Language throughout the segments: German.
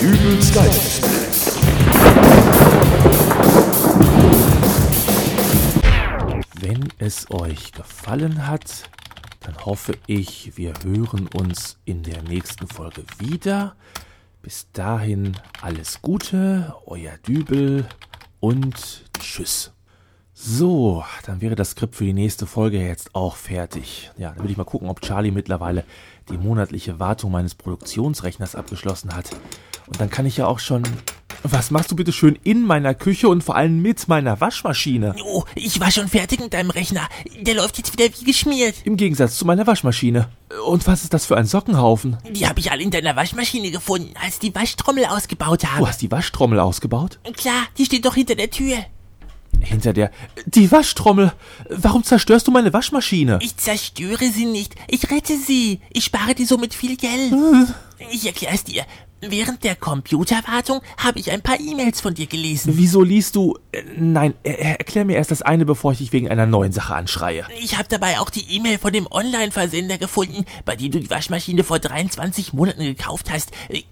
Übelst geil. Wenn es euch gefallen hat, dann hoffe ich, wir hören uns in der nächsten Folge wieder. Bis dahin alles Gute, euer Dübel und tschüss. So, dann wäre das Skript für die nächste Folge jetzt auch fertig. Ja, dann will ich mal gucken, ob Charlie mittlerweile die monatliche Wartung meines Produktionsrechners abgeschlossen hat. Und dann kann ich ja auch schon... Was machst du bitte schön in meiner Küche und vor allem mit meiner Waschmaschine? Oh, ich war schon fertig mit deinem Rechner. Der läuft jetzt wieder wie geschmiert. Im Gegensatz zu meiner Waschmaschine. Und was ist das für ein Sockenhaufen? Die habe ich alle in deiner Waschmaschine gefunden, als die Waschtrommel ausgebaut Du habe. hast die Waschtrommel ausgebaut? Klar, die steht doch hinter der Tür. Hinter der. Die Waschtrommel! Warum zerstörst du meine Waschmaschine? Ich zerstöre sie nicht. Ich rette sie. Ich spare dir somit viel Geld. Ich erkläre es dir. Während der Computerwartung habe ich ein paar E-Mails von dir gelesen. Wieso liest du. Äh, Nein, er- er- erklär mir erst das eine, bevor ich dich wegen einer neuen Sache anschreie. Ich habe dabei auch die E-Mail von dem Online-Versender gefunden, bei dem du die Waschmaschine vor 23 Monaten gekauft hast. Äh,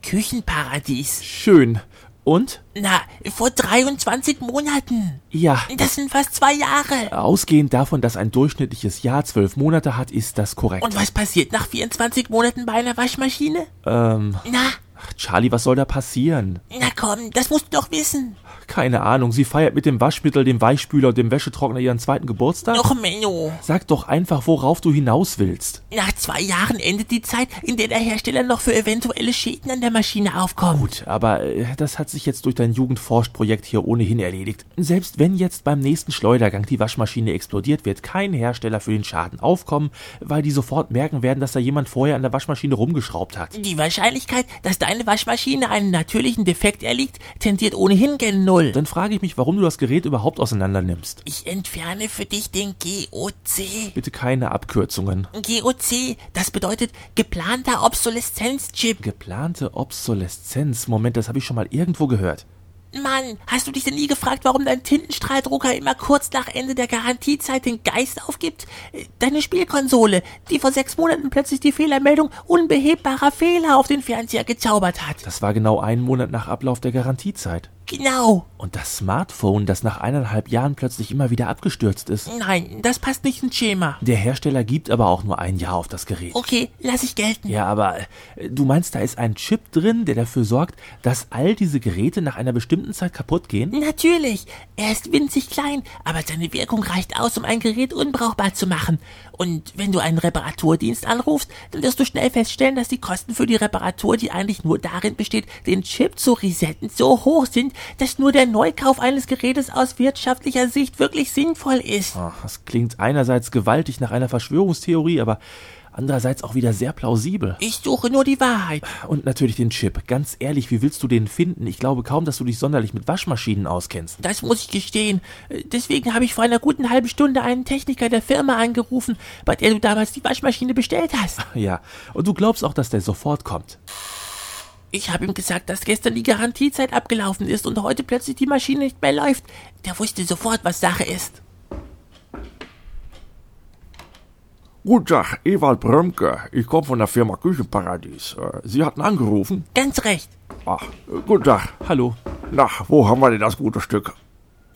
Küchenparadies. Schön. Und? Na, vor 23 Monaten. Ja. Das sind fast zwei Jahre. Ausgehend davon, dass ein durchschnittliches Jahr zwölf Monate hat, ist das korrekt. Und was passiert nach 24 Monaten bei einer Waschmaschine? ähm, Na, ach, Charlie, was soll da passieren? na komm, das musst du doch wissen. Keine Ahnung, sie feiert mit dem Waschmittel, dem Weichspüler und dem Wäschetrockner ihren zweiten Geburtstag? Doch, Menno. Sag doch einfach, worauf du hinaus willst. Nach zwei Jahren endet die Zeit, in der der Hersteller noch für eventuelle Schäden an der Maschine aufkommt. Gut, aber äh, das hat sich jetzt durch dein Jugendforscht-Projekt hier ohnehin erledigt. Selbst wenn jetzt beim nächsten Schleudergang die Waschmaschine explodiert, wird kein Hersteller für den Schaden aufkommen, weil die sofort merken werden, dass da jemand vorher an der Waschmaschine rumgeschraubt hat. Die Wahrscheinlichkeit, dass deine Waschmaschine einen natürlichen Defekt erliegt, tendiert ohnehin gen Null. Dann frage ich mich, warum du das Gerät überhaupt auseinander nimmst. Ich entferne für dich den GOC. Bitte keine Abkürzungen. GOC, das bedeutet geplanter Obsoleszenzchip. Geplante Obsoleszenz. Moment, das habe ich schon mal irgendwo gehört. Mann, hast du dich denn nie gefragt, warum dein Tintenstrahldrucker immer kurz nach Ende der Garantiezeit den Geist aufgibt? Äh, Deine Spielkonsole, die vor sechs Monaten plötzlich die Fehlermeldung unbehebbarer Fehler auf den Fernseher gezaubert hat. Das war genau einen Monat nach Ablauf der Garantiezeit. Genau. Und das Smartphone, das nach eineinhalb Jahren plötzlich immer wieder abgestürzt ist. Nein, das passt nicht ins Schema. Der Hersteller gibt aber auch nur ein Jahr auf das Gerät. Okay, lass ich gelten. Ja, aber äh, du meinst, da ist ein Chip drin, der dafür sorgt, dass all diese Geräte nach einer bestimmten Zeit kaputt gehen? Natürlich, er ist winzig klein, aber seine Wirkung reicht aus, um ein Gerät unbrauchbar zu machen. Und wenn du einen Reparaturdienst anrufst, dann wirst du schnell feststellen, dass die Kosten für die Reparatur, die eigentlich nur darin besteht, den Chip zu resetten, so hoch sind, dass nur der Neukauf eines Gerätes aus wirtschaftlicher Sicht wirklich sinnvoll ist. Ach, Das klingt einerseits gewaltig nach einer Verschwörungstheorie, aber andererseits auch wieder sehr plausibel. Ich suche nur die Wahrheit. Und natürlich den Chip. Ganz ehrlich, wie willst du den finden? Ich glaube kaum, dass du dich sonderlich mit Waschmaschinen auskennst. Das muss ich gestehen. Äh, Deswegen habe ich vor einer guten halben Stunde einen Techniker der Firma angerufen, bei der du damals die Waschmaschine bestellt hast. Ja, und du glaubst auch, dass der sofort kommt. Ich habe ihm gesagt, dass gestern die Garantiezeit abgelaufen ist und heute plötzlich die Maschine nicht mehr läuft. Der wusste sofort, was Sache ist. Guten Tag, Ewald Brömke. Ich komme von der Firma Küchenparadies. Äh, Sie hatten angerufen? Ganz recht. Ach, äh, guten Tag. Hallo. Na, wo haben wir denn das gute Stück?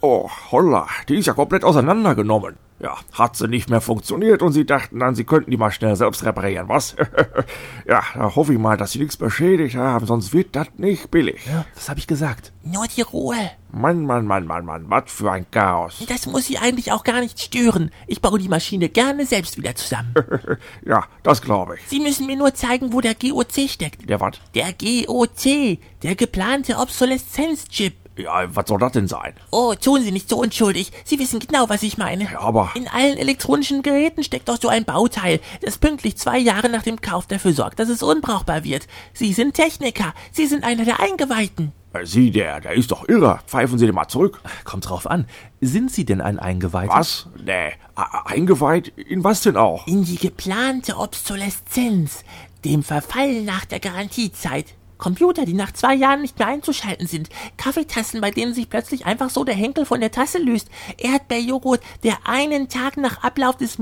Oh, holla, die ist ja komplett auseinandergenommen. Ja, hat sie nicht mehr funktioniert und sie dachten dann, sie könnten die mal schnell selbst reparieren, was? ja, da hoffe ich mal, dass sie nichts beschädigt haben, sonst wird das nicht billig. Ja, was habe ich gesagt? Nur die Ruhe. Mann, Mann, Mann, Mann, Mann, was für ein Chaos. Das muss sie eigentlich auch gar nicht stören. Ich baue die Maschine gerne selbst wieder zusammen. Äh. ja, das glaube ich. Sie müssen mir nur zeigen, wo der GOC steckt. Der was? Der GOC, der geplante Obsoleszenzchip. Ja, was soll das denn sein? Oh, tun Sie nicht so unschuldig. Sie wissen genau, was ich meine. Ja, aber- In allen elektronischen Geräten steckt doch so ein Bauteil, das pünktlich zwei Jahre nach dem Kauf dafür sorgt, dass es unbrauchbar wird. Sie sind Techniker. Sie sind einer der Eingeweihten. Äh, Sie, der, der ist doch irre. Pfeifen Sie den mal zurück. Kommt drauf an. Sind Sie denn ein Eingeweihter? Was? Nee, a- eingeweiht? In was denn auch? In die geplante Obsoleszenz, dem Verfall nach der Garantiezeit. Computer, die nach zwei Jahren nicht mehr einzuschalten sind, Kaffeetassen, bei denen sich plötzlich einfach so der Henkel von der Tasse löst, Erdbeerjoghurt, der einen Tag nach Ablauf des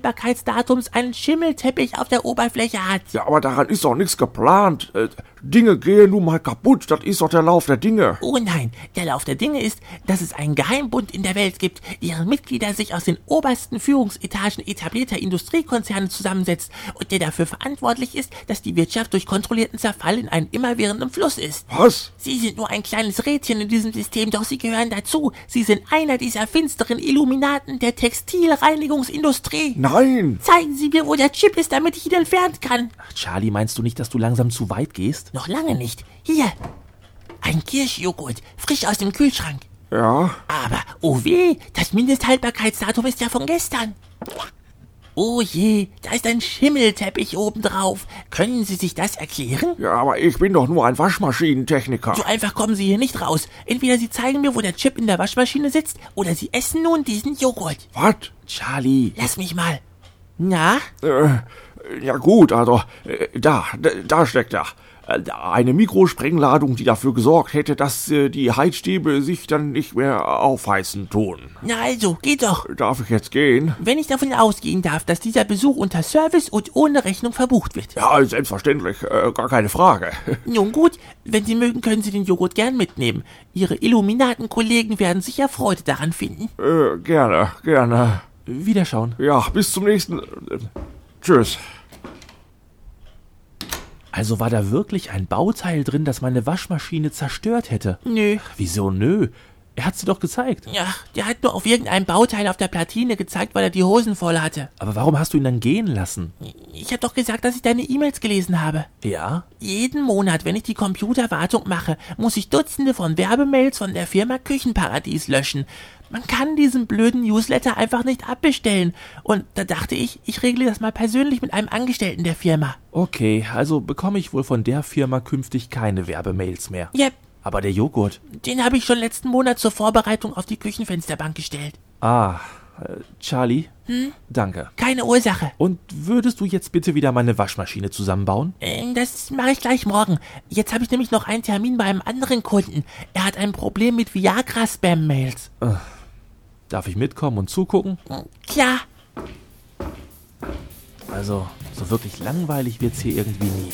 Mindesthaltbarkeitsdatums einen Schimmelteppich auf der Oberfläche hat. Ja, aber daran ist doch nichts geplant. Äh, Dinge gehen nun mal kaputt, das ist doch der Lauf der Dinge. Oh nein, der Lauf der Dinge ist, dass es einen Geheimbund in der Welt gibt, deren Mitglieder sich aus den obersten Führungsetagen etablierter Industriekonzerne zusammensetzt und der dafür verantwortlich ist, dass die Wirtschaft durch kontrollierten Zerfall in einem immerwährenden Fluss ist. Was? Sie sind nur ein kleines Rädchen in diesem System, doch sie gehören dazu. Sie sind einer dieser finsteren Illuminaten der Textilreinigungsindustrie. Nein! Zeigen Sie mir, wo der Chip ist, damit ich ihn entfernen kann. Charlie, meinst du nicht, dass du langsam zu weit gehst? Noch lange nicht. Hier. Ein Kirschjoghurt, frisch aus dem Kühlschrank. Ja, Aber, oh weh, das Mindesthaltbarkeitsdatum ist ja von gestern. Oh je, da ist ein Schimmelteppich obendrauf. Können Sie sich das erklären? ja, aber ich bin doch nur ein Waschmaschinentechniker. So einfach kommen Sie hier nicht raus. Entweder Sie zeigen mir, wo der Chip in der Waschmaschine sitzt, oder Sie essen nun diesen Joghurt. Was? Charlie, Lass mich mal. Na? Äh, ja gut, also äh, da, d- da steckt er. Äh, Eine Mikrosprengladung, die dafür gesorgt hätte, dass äh, die Heizstäbe sich dann nicht mehr aufheizen tun. Na also, geht doch. Darf ich jetzt gehen? Wenn ich davon ausgehen darf, dass dieser Besuch unter Service und ohne Rechnung verbucht wird. Ja, selbstverständlich, äh, gar keine Frage. Nun gut, wenn Sie mögen, können Sie den Joghurt gern mitnehmen. Ihre Illuminatenkollegen werden sicher Freude daran finden. Äh, gerne, gerne. Wiederschauen. Ja, bis zum nächsten. Äh, tschüss. Also war da wirklich ein Bauteil drin, das meine Waschmaschine zerstört hätte? Nö. Wieso nö? Er hat sie doch gezeigt. Ja, der hat nur auf irgendein Bauteil auf der Platine gezeigt, weil er die Hosen voll hatte. Aber warum hast du ihn dann gehen lassen? Ich hab doch gesagt, dass ich deine E-Mails gelesen habe. Ja? Jeden Monat, wenn ich die Computerwartung mache, muss ich Dutzende von Werbemails von der Firma Küchenparadies löschen. Man kann diesen blöden Newsletter einfach nicht abbestellen. Und da dachte ich, ich regle das mal persönlich mit einem Angestellten der Firma. Okay, also bekomme ich wohl von der Firma künftig keine Werbemails mehr. Yep, Aber der Joghurt. den habe ich schon letzten Monat zur Vorbereitung auf die Küchenfensterbank gestellt. Ah, äh, Charlie? Danke. Keine Ursache. Und würdest du jetzt bitte wieder meine Waschmaschine zusammenbauen? Ähm, Das mache ich gleich morgen. Jetzt habe ich nämlich noch einen Termin bei einem anderen Kunden. Er hat ein Problem mit Viagra-Spam-Mails. Darf ich mitkommen und zugucken? Klar. Also, so wirklich langweilig wird's hier irgendwie nie.